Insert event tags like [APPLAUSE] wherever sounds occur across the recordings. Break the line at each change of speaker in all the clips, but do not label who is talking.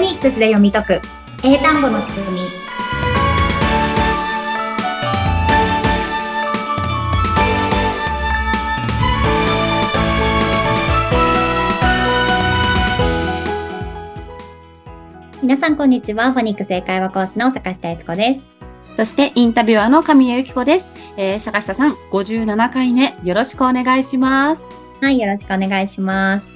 ニックスで読み解く英単語の仕組み皆さんこんにちはフォニックス英会話講師の坂下悦子です
そしてインタビュアーの神谷由紀子です。えー坂下さん、57回目、よろしくお願いします。
はいよろしくお願いします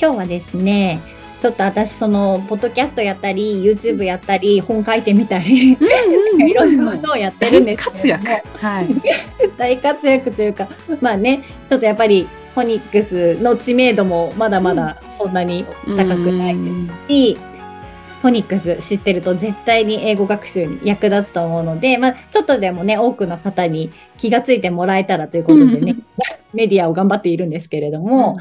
今日はですねちょっと私そのポッドキャストやったり YouTube やったり本書いてみたり
うん
いろんなことをやってるんですけ
活
れど
躍
も。
はい。
大活躍というかまあねちょっとやっぱりフォニックスの知名度もまだまだそんなに [LAUGHS] 高くないです
うん
し、フォニックス知ってると絶対に英語学習に役立つと思うので、まあ、ちょっとでもね多くの方に気がついてもらえたらということでね、
う
メディアを頑張っているんですけれども、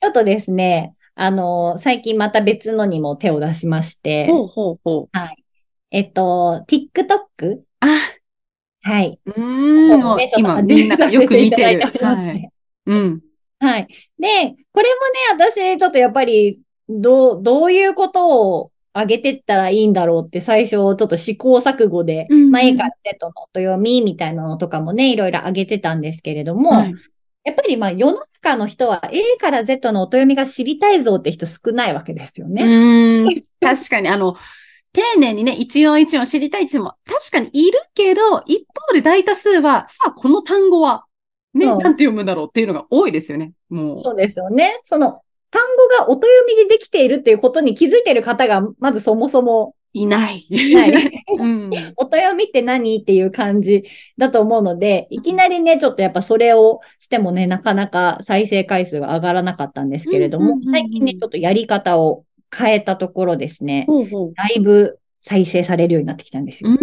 ちょっとですねあの最近また別のにも手を出しまして、
ほうほうほう。
えっと TikTok
あ、
はい、
うーん、もう
ねちょっと
今
始
みん
め
な
さ
が
せ
よく見
いた
て
だい
る。
おりまして
はい。うん。
はい。で、これもね、私、ちょっとやっぱり、どう、どういうことを上げてったらいいんだろうって、最初、ちょっと試行錯誤で、
うん
まあ、A から Z の音読みみたいなのとかもね、いろいろ上げてたんですけれども、
はい
やっぱりまあ、世の中の人は A から Z の音読みが知りたいぞって人少ないわけですよ
う
ね。
ーん。確かに、あの、丁寧にね、一音一音知りたいって人も確かにいるけど、一方で大多数は、さあ、この単語は、ね、
そう
なんて読むんだろうっていうのが多いですよね。もう。
そうですよね。その、単語が音読みでできているっていうことに気づいている方が、まずそもそも、
いない。
[LAUGHS] ない。
[LAUGHS] うん。
音読みって何っていう感じだと思うので、いきなりね、ちょっとやっぱそれをしてもね、なかなか再生回数が上がらなかったんですけれど
うんう
も
んうんう、ん
最近ね、ちょっとやり方を変えたところですね、
ほうほう。
だいぶ再生されるようになってきたんです
うー
よ
ん。。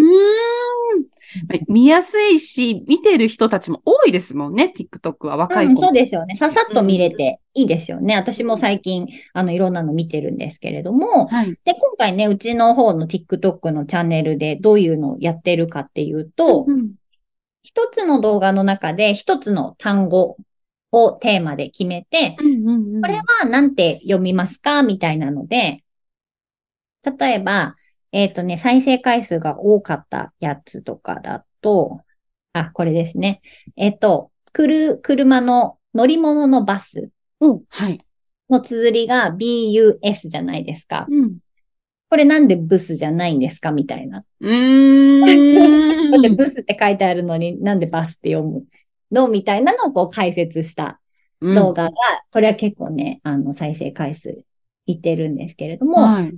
見やすいし、見てる人たちも多いですもんね、TikTok は。若い
うん
子
そう
も。
ですよね。ささっと見れていいですよね。私も最近、あの、いろんなの見てるんですけれども。
はい。
で、今回ね、うちの方の TikTok のチャンネルでどういうのをやってるかっていうと、
うん
一つの動画の中で一つの単語をテーマで決めて、
うんうんうん
これは何て読みますかみたいなので、例えば、えっ、とね、再生回数が多かったやつとかだと、あ、これですね。えっ、と、くる、車の乗り物のバス
うんはい。
の綴りが bus じゃないですか。
うん。
これなんでブスじゃないんですかみたいな。[LAUGHS]
うーん。
だってブスって書いてあるのになんでバスって読むのみたいなのをこう解説した
うん
動画が、これは結構ね、あの、再生回数いってるんですけれども、なの
はい。
で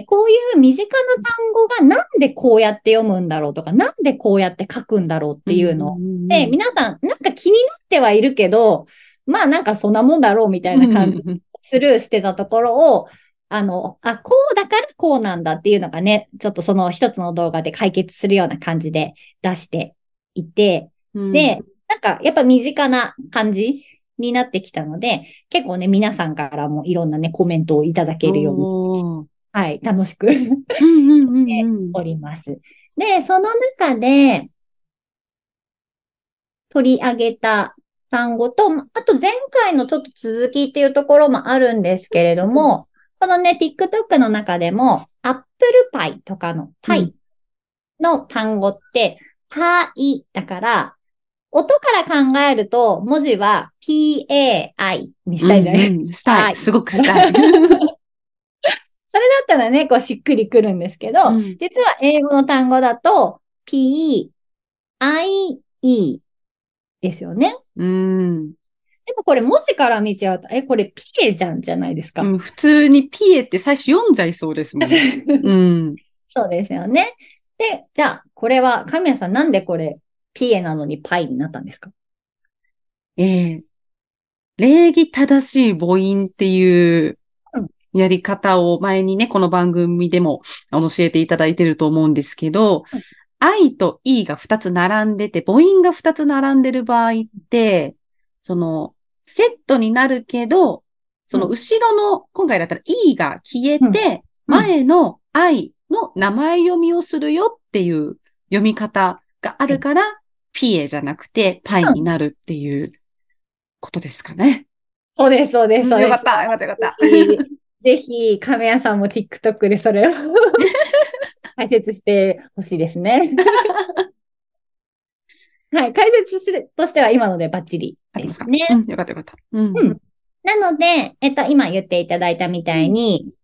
ね、こういう身近な単語がなんでこうやって読むんだろうとか、なんでこうやって書くんだろうっていうので、
な
皆さん、なんか気になってはいるけど、まあなんかそんなもんだろうみたいな感じ
じ。
スルーしてたところを、あの、あ、こうだからこうなんだっていうのがね、ちょっとその一つの動画で解決するような感じで出していて、
うん
で、、なんかやっぱ身近な感じになってきたので、結構ね、皆さんからもいろんなね、コメントをいただけるように、
おー
はい、楽しく
うんうんうんうん
おります。で、その中で、取り上げた単語と、まあと前回のちょっと続きっていうところもあるんですけれども、このね、TikTok の中でも、アップルパイとかのパ
う
イの単語って、パイだから、音から考えると文字は PAI にしたいじゃない、
うんうんした
はい
い。すごくし
[LAUGHS]
たい。
それだったらね、こうしっくりくるんですけど、
うん
実は英語の単語だと、p, i, e ですよね。
うん。
でもこれ文字から見ちゃうと、え、これピエじゃんじゃないですか。
うん普通にピエって最初読んじゃいそうですもんね。うん。
[LAUGHS] そうですよね。で、じゃあ、これは、神谷さんなんでこれ、ピエなのにパイになったんですか
ええ礼儀正しい母音っていう
うん
やり方を前にね、この番組でもあの教えていただいてると思うんですけど
うん、
愛と E が2つ並んでて、母音が2つ並んでる場合って、その、セットになるけど、その
うん
後ろの、今回だったら E が消え
うん
て、前の愛の名前読みをするよっていう読み方があるから、ピエじゃなくてパイになるっていうことですかね。
そうです、そうで
よかった、よかった、よかった。
いいぜひ、亀屋さんも TikTok でそれを [LAUGHS] 解説してほしいです [LAUGHS] ね。はい、解説するとしては今のでバッチリ
あり
で
ます
す
か
ね。
うん、よかったよかった。うん。
うんなので、えっと、今言っていただいたみたいに、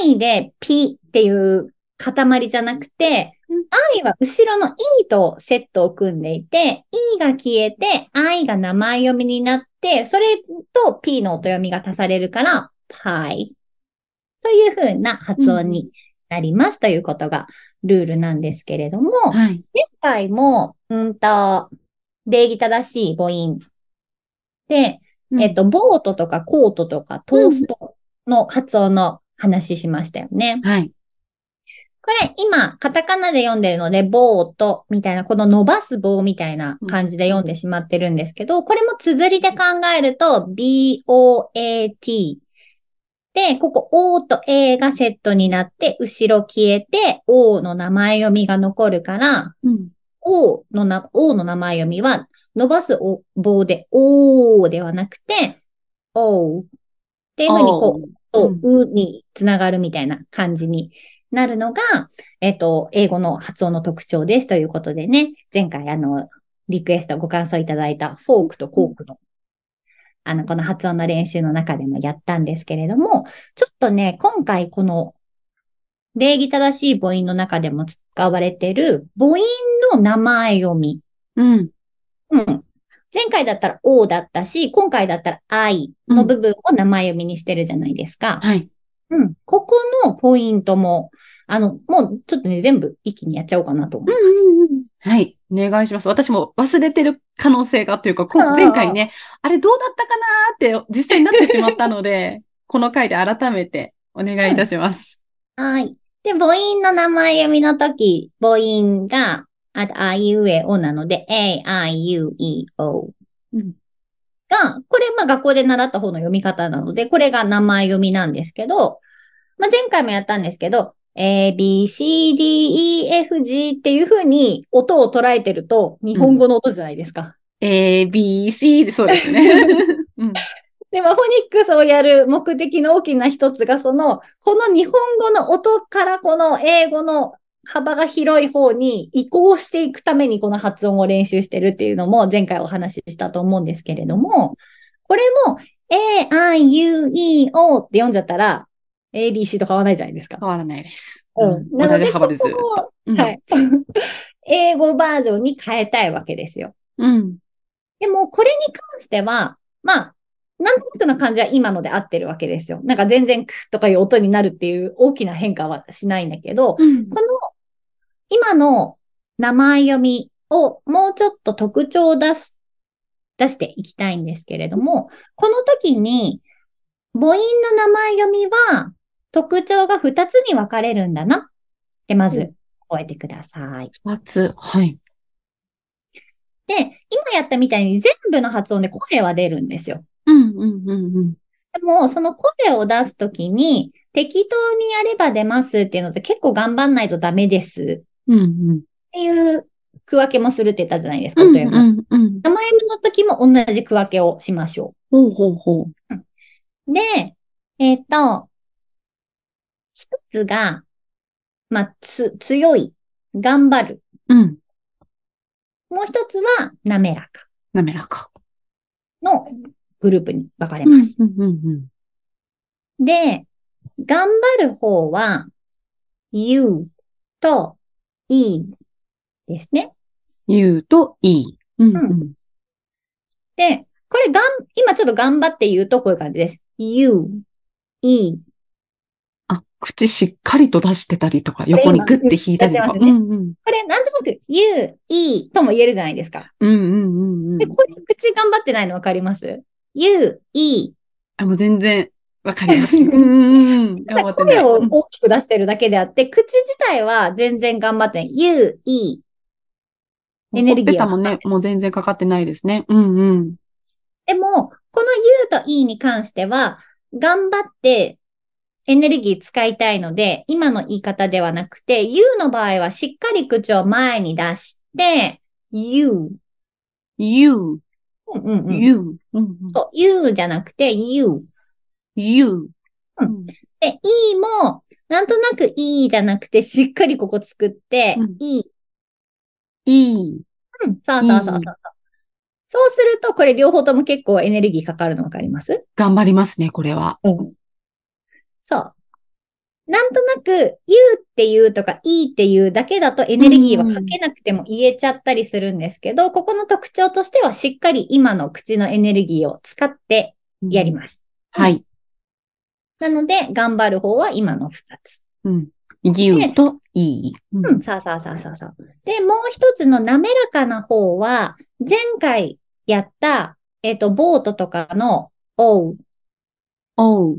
PI で P っていう塊じゃなくて
うん、
I は後ろの E とセットを組んでいて、E が消えて、I が名前読みになって、それと P の音読みが足されるから、Pi というふうな発音になりますということがルールなんですけれども、
はい。
今回も、うんと、礼儀正しい母音で、えっと、ボートとかコートとかトーストの発音の話しましたよね。
はい。
これ今、カタカナで読んでるので、ボートみたいな、この伸ばす棒みたいな感じで読んでしまってるんですけど、これも綴りで考えると、B-O-A-T。で、ここ O と A がセットになって、後ろ消えて、O の名前読みが残るから、
うん。
O のな、O の名前読みは、伸ばすお棒で O ではなくて、O っていうふうにこう、と
おう
うにつながるみたいな感じになるのが、えっと、英語の発音の特徴ですということでね、前回あの、リクエストご感想いただいたフォークとコークの、あの、この発音の練習の中でもやったんですけれども、ちょっとね、今回この、礼儀正しい母音の中でも使われてる母音の名前読み。
うん。
うん。前回だったら O だったし、今回だったら I の部分を名前読みにしてるじゃないですか。
はい。
うん。ここのポイントも、あの、もうちょっとね、全部一気にやっちゃおうかなと思います。
はい。お願いします。私も忘れてる可能性がというか、こ
ああ
前回ね、あれどうだったかなーって実際になってしまった
[LAUGHS]
ので、この回で改めてお願いいたします。
はい。で、母音の名前読みのとき、母音が、あと、あいうえおなので、a, i, u, e, o
うん。
が、これ、まあ、学校で習った方の読み方なので、これが名前読みなんですけど、まあ、前回もやったんですけど、a, b, c, d, e, f, g っていう風に音を捉えてると、日本語の音じゃないですか。
A, B, C でそうで
[LAUGHS]
すね。うん。
で、まあ、フォニックスをやる目的の大きな一つが、その、この日本語の音からこの英語の幅が広い方に移行していくためにこの発音を練習してるっていうのも前回お話ししたと思うんですけれども、これも A, I, U, E, O って読んじゃったら A, B, C と変わらないじゃないですか。
変わらないです。
うん。な
同
の
じ
で、
幅
こ
です。
こを、
うん
はい。 [LAUGHS] 英語バージョンに変えたいわけですよ。
うん。
でも、これに関しては、まあ、なんとなくの感じは今ので合ってるわけですよ。なんか全然クッとかいう音になるっていう大きな変化はしないんだけど、こ
うん
の今の名前読みをもうちょっと特徴を出す、出していきたいんですけれども、この時に母音の名前読みは特徴が2つに分かれるんだなってまず覚えてください。
二つ。はい。
で、今やったみたいに全部の発音で声は出るんですよ。
うん、うん、うん、うん。
でも、その声を出すときに、適当にやれば出ますっていうのって結構頑張んないとダメです
うん、うん。
っていう区分けもするって言ったじゃないですか。
うん、
例えば
うん、うん。
名前の時も同じ区分けをしましょ
ほうほうほう。
う。で、えっ、と、一つが、まあ、つ、強い、頑張る。
うん。
もう一つは、滑らか
滑らか。
のグループに分かれます。
うん、うん、うん。
で、頑張る方は、you と e ですね。
言うといい。うん、うん。
で、これがん、今ちょっと頑張って言うとこういう感じです。you, e,
あ、口しっかりと出してたりとか、横にグッて引いたりとか。
やってま
う
すね
ん、うん。
これなんとなく you, e とも言えるじゃないですか。
うん、うん、うん。う
で、
ん
これ口頑張ってないのわかります ?you, e.
あ、もう全然わかります。うん、うん、うん。
ただ
頑張ってな
声
い。
を
うん
大きく出してるだけであって、口自体は全然頑張ってない。you, e. エネルギーは
ほっぺたもね、もう全然かかってないですね。うん、うん。
でも、この U と E に関しては、頑張ってエネルギー使いたいので、今の言い方ではなくて、U の場合はしっかり口を前に出して、U。
you,
うんうんうん。
you, うんうん
そう U じゃなくて U。
you, うん
で、いいも、なんとなくいいじゃなくて、しっかりここ作って、
うん
いい。
いい。
うん、そうそうそうそうそう。
いい
そうすると、これ両方とも結構エネルギーかかるのわかります
頑張りますね、これは。
うん。そう。なんとなく、言うっていうとか、いいっていうだけだとエネルギーはかけなくても言えちゃったりするんですけど、ここの特徴としては、しっかり今の口のエネルギーを使ってやり
ま
ます。
す。はい。
なので、頑張る方は今の2つ。
うん。言うと、いい。
う、
うん
さあさあさあさあさあ。で、もう一つの滑らかな方は、前回やった、えっ、と、ボートとかの、おう。
おう。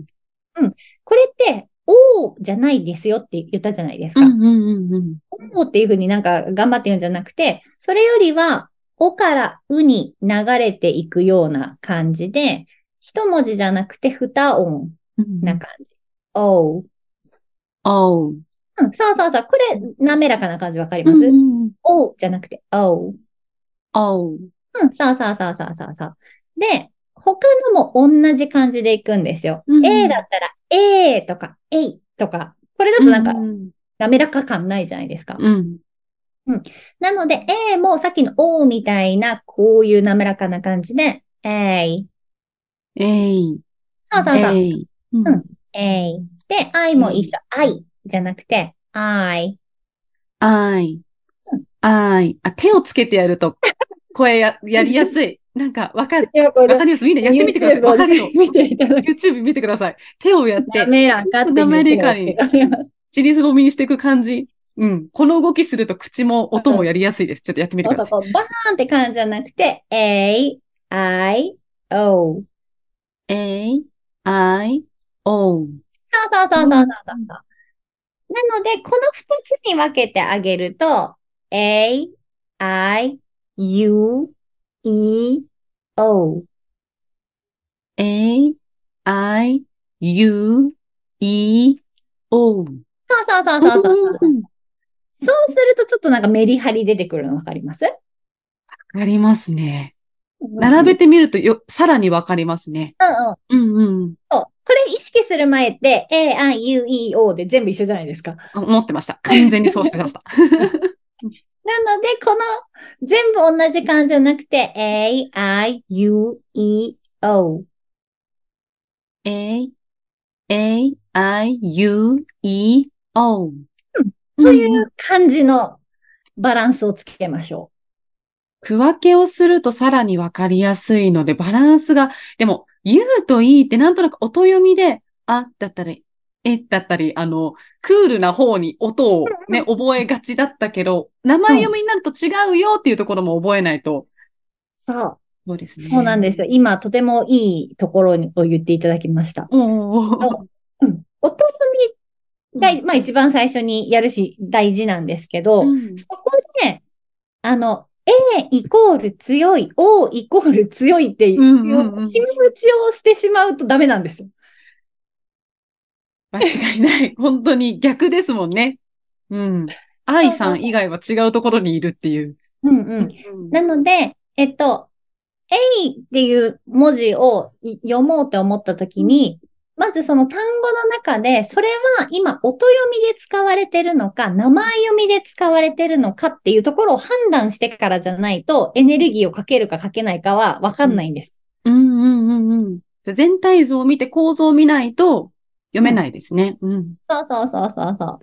これって、おうじゃないですよって言ったじゃないです
う
か。
んうんうんうん。
おうっていうふうになんか頑張って言うんじゃなくて、それよりは、おからうに流れていくような感じで、一文字じゃなくて二音
うん
な感じ。おう。
おう。
うん、そうそうそう。これ、滑らかな感じわかります、
うんうん
おうじゃなくて、おう。
おう。
うん、そうそうそうそうそうそう。で、他のも同じ感じでいくんですよ。
うん
A だったら、えーとか、えいとか、これだとなんか
う、ん
滑らか感ないじゃないですか。
うん。
なので、A もさっきの O みたいな、こういう滑らかな感じで、えい。
えい。
そうそうそう。
えい。うん
うんえい。で、I も一緒。I じゃなくて、I。
あい。あい。あ、手をつけてやると、声や、やりやすい。なんか、わかる。
や、こ
わかりやすい。みんなやってみてください。わかるよ。
見ていただ
YouTube 見てください。手をやって、
滑らかっていう
滑
手を
らか
つ
に
けてあります
チリズボミにしていく感じ。うん。この動きすると口も音もやりやすいです。ちょっとやってみて
そう
く
そ
だ
う
さ
そ
い。
う、バーンって感じじゃなくて、A, I, O。
えい、あい、おう。
そうそうそうそうそうそうそう。なので、この二つに分けてあげると、A, I, U, E, O。
えい、あい、ゆう、い、おう。
そうそうそうそうそう。
うん
そうするとちょっとなんかメリハリ出てくるのわかります
わかりますね。並べ
て。
てみるとよ、さらにわかりますね。
うんうん。
うんうん。
そう。これ意識する前って、A, I, U, E, O で全部一緒じゃないですか。
あ思ってま [LAUGHS] した。完全にそうしてました。
なので、この全部同じ感じじゃなくて、A, I, U, E, O。
A, A, I, U, E, O。
という感じのバランスをつけましょ
区分けをするとさらにわかりやすいので、バランスが、でも、言うといいってなんとなく音読みで、あ、だったり、え、だったり、あの、クールな方に音をね、覚えがちだったけど、名前読みになると違うよっていうところも覚えないと。
う。そう。
そうですね。
そうなんです
よ。
よ。今、とてもいいところを言っていただきました。
おー
うん。音読みが、まあ一番最初にやるし、大事なんですけど、
うん
そこで、あの、A イコール強い、O イコール強いっていう、
うんうんうん
決め打ちをしてしまうとダメなんですよ。
間違いない。 [LAUGHS] 本当に逆ですもんね。うん。愛さん以外は違うところにいるっていう。
うんうん。なので、えっと、えいっていう文字をい読もうと思ったときに、まずその単語の中で、それは今音読みで使われてるのか、名前読みで使われてるのかっていうところを判断してからじゃないと、エネルギーをかけるかかけないかはわかんないんです。
うんうんうんうん。じゃあ全体像を見て構造を見ないと読めないですね。うん。
そうそうそうそうそう。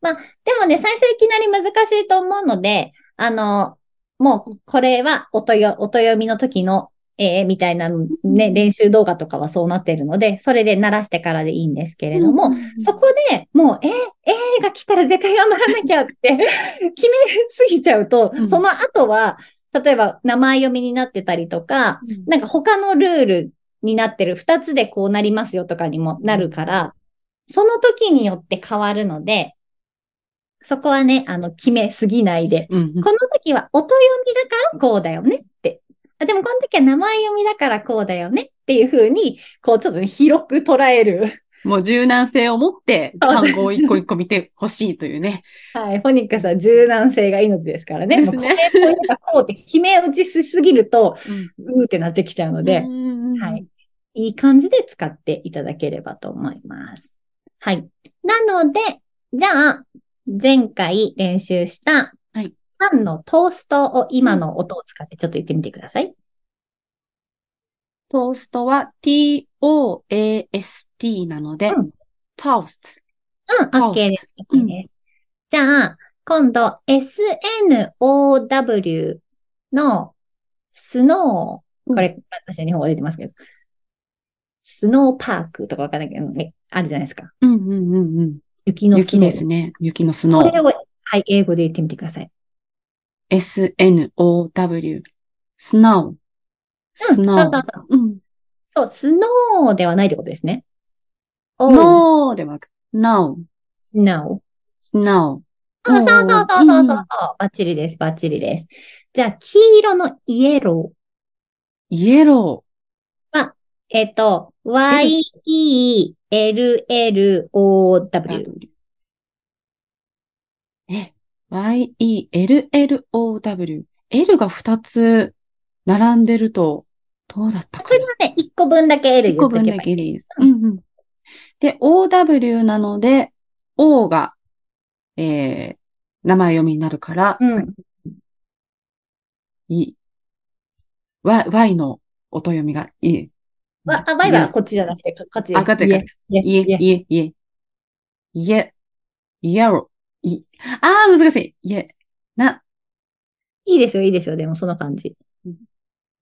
まあ、でもね、最初いきなり難しいと思うので、あの、もうこれは音よ音読みの時の、えーみたいなね、練習動画とかはそうなってるので、それで鳴らしてからでいいんですけれども、そこでもう、えー、えーが来たら絶対頑張らなきゃって [LAUGHS] 決めすぎちゃうと、
うん
その後は、例えば名前読みになってたりとか、
うん
なんか他のルールになってる2つでこうなりますよとかにもなるから、その時によって変わるので、そこはね、あの、決めすぎないで。
うんうん
この時は音読みだからこうだよねって。あでもこの時は名前読みだからこうだよねっていう風に、こうちょっとね、広く捉える。
もう柔軟性を持って単語を一個一個見てほしいというね。
はい。フォニックスは柔軟性が命ですからね。
ですね
もうこれこういうのがこうって決め打ちしすぎると、
うん
うーってなってきちゃうので、
うんうんうん
はい。いい感じで使っていただければと思います。はい。なので、じゃあ、前回練習した、
はい
パンのトーストを今の音を使ってちょっと言ってみてください。
トーストは t-o-a-s-t なので、
うん
トース
うん、
ト。
OK です。OK です。じゃあ、今度、SNOW のスノー、これ、私は日本語で言ってますけど、スノーパークとかわかんないけど、ね、あるじゃないですか。
うんうんうんうん。
雪のス
雪
ノー。
ですね。雪のス
こ
ノ
れ
ー。
を、はい、英語で言ってみてください。
s-n-o-w。スノー。
うん、
スノ
そうそう
ー。
そう
うん。
そう、スノーではないってことですね。おー、
ノーではなく、ノー。
スノー。
スノー。。
そうそうそうそうそうそううんバッチリです、バッチリです。じゃあ、黄色のイエロー。
イエロ
えっと、Y-E-L-L-O-W。
ー。え、y-e-l-l-o-w。L が2つ並んでると、どうだった
こ
か
れ
な
はね、1個分だけ L
1
言
個
っと
分
け
だ
ば
け
い
でい
い。
いです。うんうん。で、OW なので、O が、えー、名前読みになるから、
うん。
い、Y、Y の音読みが、い、
わあ、バイバイはこっちじゃなくて、ここっちで。
あこっちこっち
いえ
いえ、
いえ
いえ、いえ、いえ、イエロー、い、あー、難しい。いえ、な、
いいですよ、いいですよ。でもその感じ。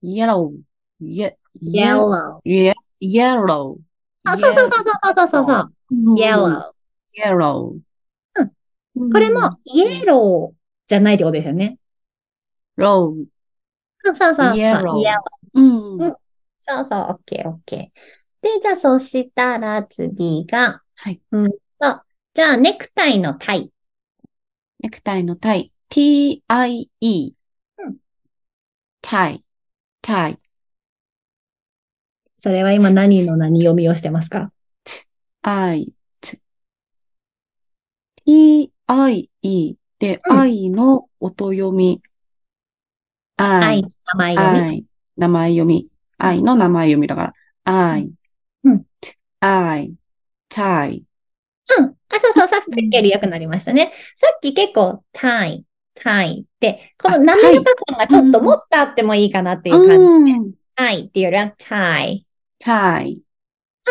イエロー、イエ、イエロ
yellow.
ー、イエ、イエロー。
あ、そうそうそうそうそうそうそう。
う
yellow。
イエロー。うん
これも、イエローじゃないってことですよね。
ロー。
そうそうそうそう。
yellow
yellow
うん。
うんそうそう、オッケー、オッケー。で、じゃあ、そしたら次が、
はい。
うんと、じゃあ、ネクタイのタイ。
ネクタイのタイ。t-i-e
うん。
タイ。タイ。
それは今何の何読みをしてますか
i, t, t-i-e で、
うん
i の音読み。
愛
i,
の名前読み。
i, 名前読み。i の名前読みだから。i,
うん
t, i, タイ。
うん。あ、そうそう、さっきより良くなりましたね。さっき結構、タイ、タイって、この
あ
滑らか感がちょっともっとあってもいいかなっていう感じ。
うん。
タイっていうよりは、タイ。
タイ。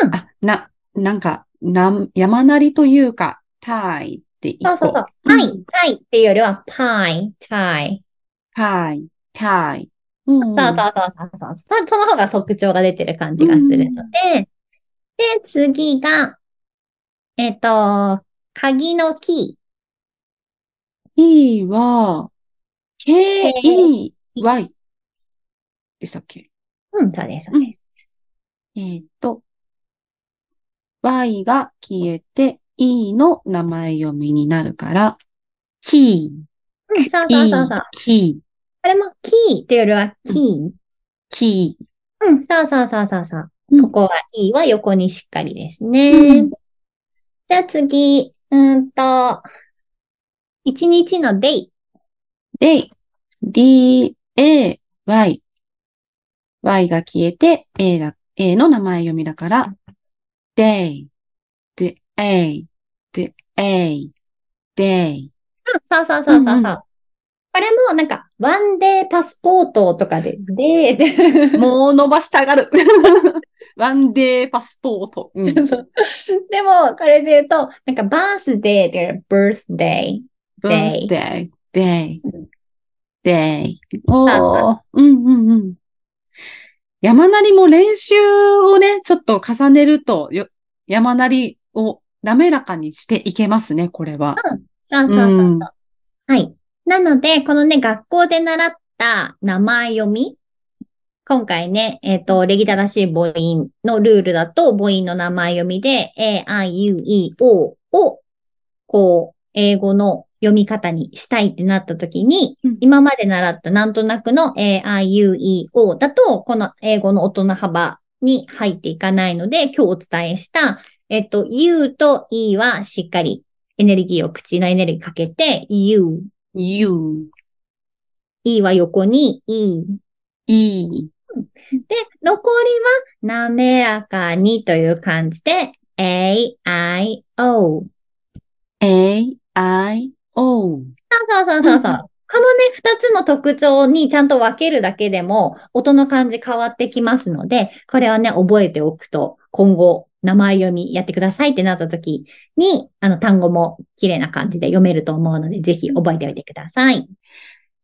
うん
あ、な、なんか、なん、山なりというか、タイって一個
そうそうそう。タ
う
イ、タイっていうよりは、パイ、タイ。
タイ、タイ。うん
そうそうそうそうそう。そその方が特徴が出てる感じがするので、で、次が、えっ、と、鍵のキ
E は、K-E-Y でしたっけ
ー。うん、そうです、そうです。
えーっと、Y が消えて、E の名前読みになるから、キ
うん、そうそう
ー、E
そうそう。、
キ
これもキーっていうよりはキー。
ー、キー。
うん、そうそうそうそうそう。
うん
ここは E は横にしっかりですね。
うん
じゃあ次、うーんと、一日のデイ。
で、D-A-Y。Y が消えて、A だ、A の名前読みだから、day, d, a, d, a, day.
うん、そうそうそうそうそう。
うんうん
これもなんか、ワンデーパスポートとかで、デーって。
もう伸ばしたがる。 [LAUGHS] ワンデーパスポート。う
[LAUGHS]
ん
そうでも、これで言うと、なんか、バースデーっていうバースデー。
birthday, day,
うん
day.
そうそ
おー。うんうんうん。山なりも練習をね、ちょっと重ねると、よ山なりを滑らかにしていけますね、これは。
そうそうそうそう、
うん
はい。なので、このね、学校で習った名前読み。今回ね、えっ、と、礼儀正しい母音のルールだと、母音の名前読みで、A, I, U, E, O を、こう、英語の読み方にしたいってなった時に、
うん
今まで習ったなんとなくの A, I, U, E, O だと、この英語の音の幅に入っていかないので、今日お伝えした、えっ、と、U と E はしっかりエネルギーを口のエネルギーかけて、U。
you,
E は横に E。
e,
で、残りは滑らかにという感じで、A, I, O。
A, I, O。。
そうそうそうそううんこのね、二つの特徴にちゃんと分けるだけでも、音の感じ変わってきますので、これをね、覚えておくと、今後、名前読みやってくださいってなった時に、あの、単語も綺麗な感じで読めると思うので、ぜひ覚えておいてください。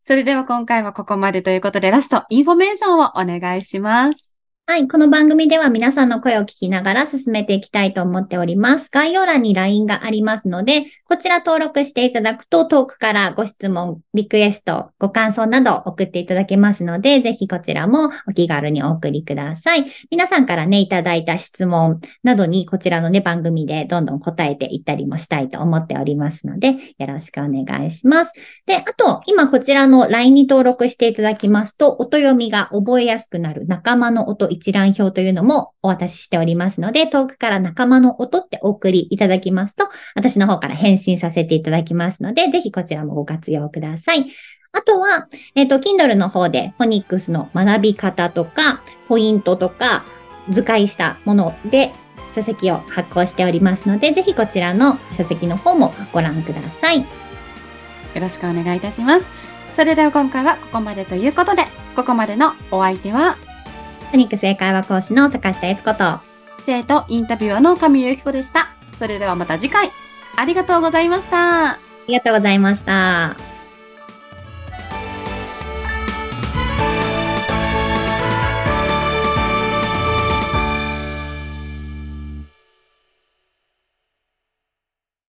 それでは今回はここまでということで、ラスト、インフォメーションをお願いします。
はい。この番組では皆さんの声を聞きながら進めていきたいと思っております。概要欄に LINE がありますので、こちら登録していただくと、トークからご質問、リクエスト、ご感想など送っていただけますので、ぜひこちらもお気軽にお送りください。皆さんからね、いただいた質問などに、こちらのね、番組でどんどん答えていったりもしたいと思っておりますので、よろしくお願いします。で、あと、今こちらの LINE に登録していただきますと、音読みが覚えやすくなる仲間の音一覧表というのもお渡ししておりますので、遠くから仲間の音ってお送りいただきますと、私の方から返信させていただきますので、ぜひこちらもご活用ください。あとは、えっ、と、Kindle の方で、フォニックスの学び方とか、ポイントとか、図解したもので、書籍を発行しておりますので、ぜひこちらの書籍の方もご覧ください。
よろしくお願いいたします。それでは今回はここまでということで、ここまでのお相手は、
フォニックス英会話講師の坂下悦子と、
生徒インタビュアーの神谷由紀子でした。それではまた次回、ありがとうございました。
ありがとうございました。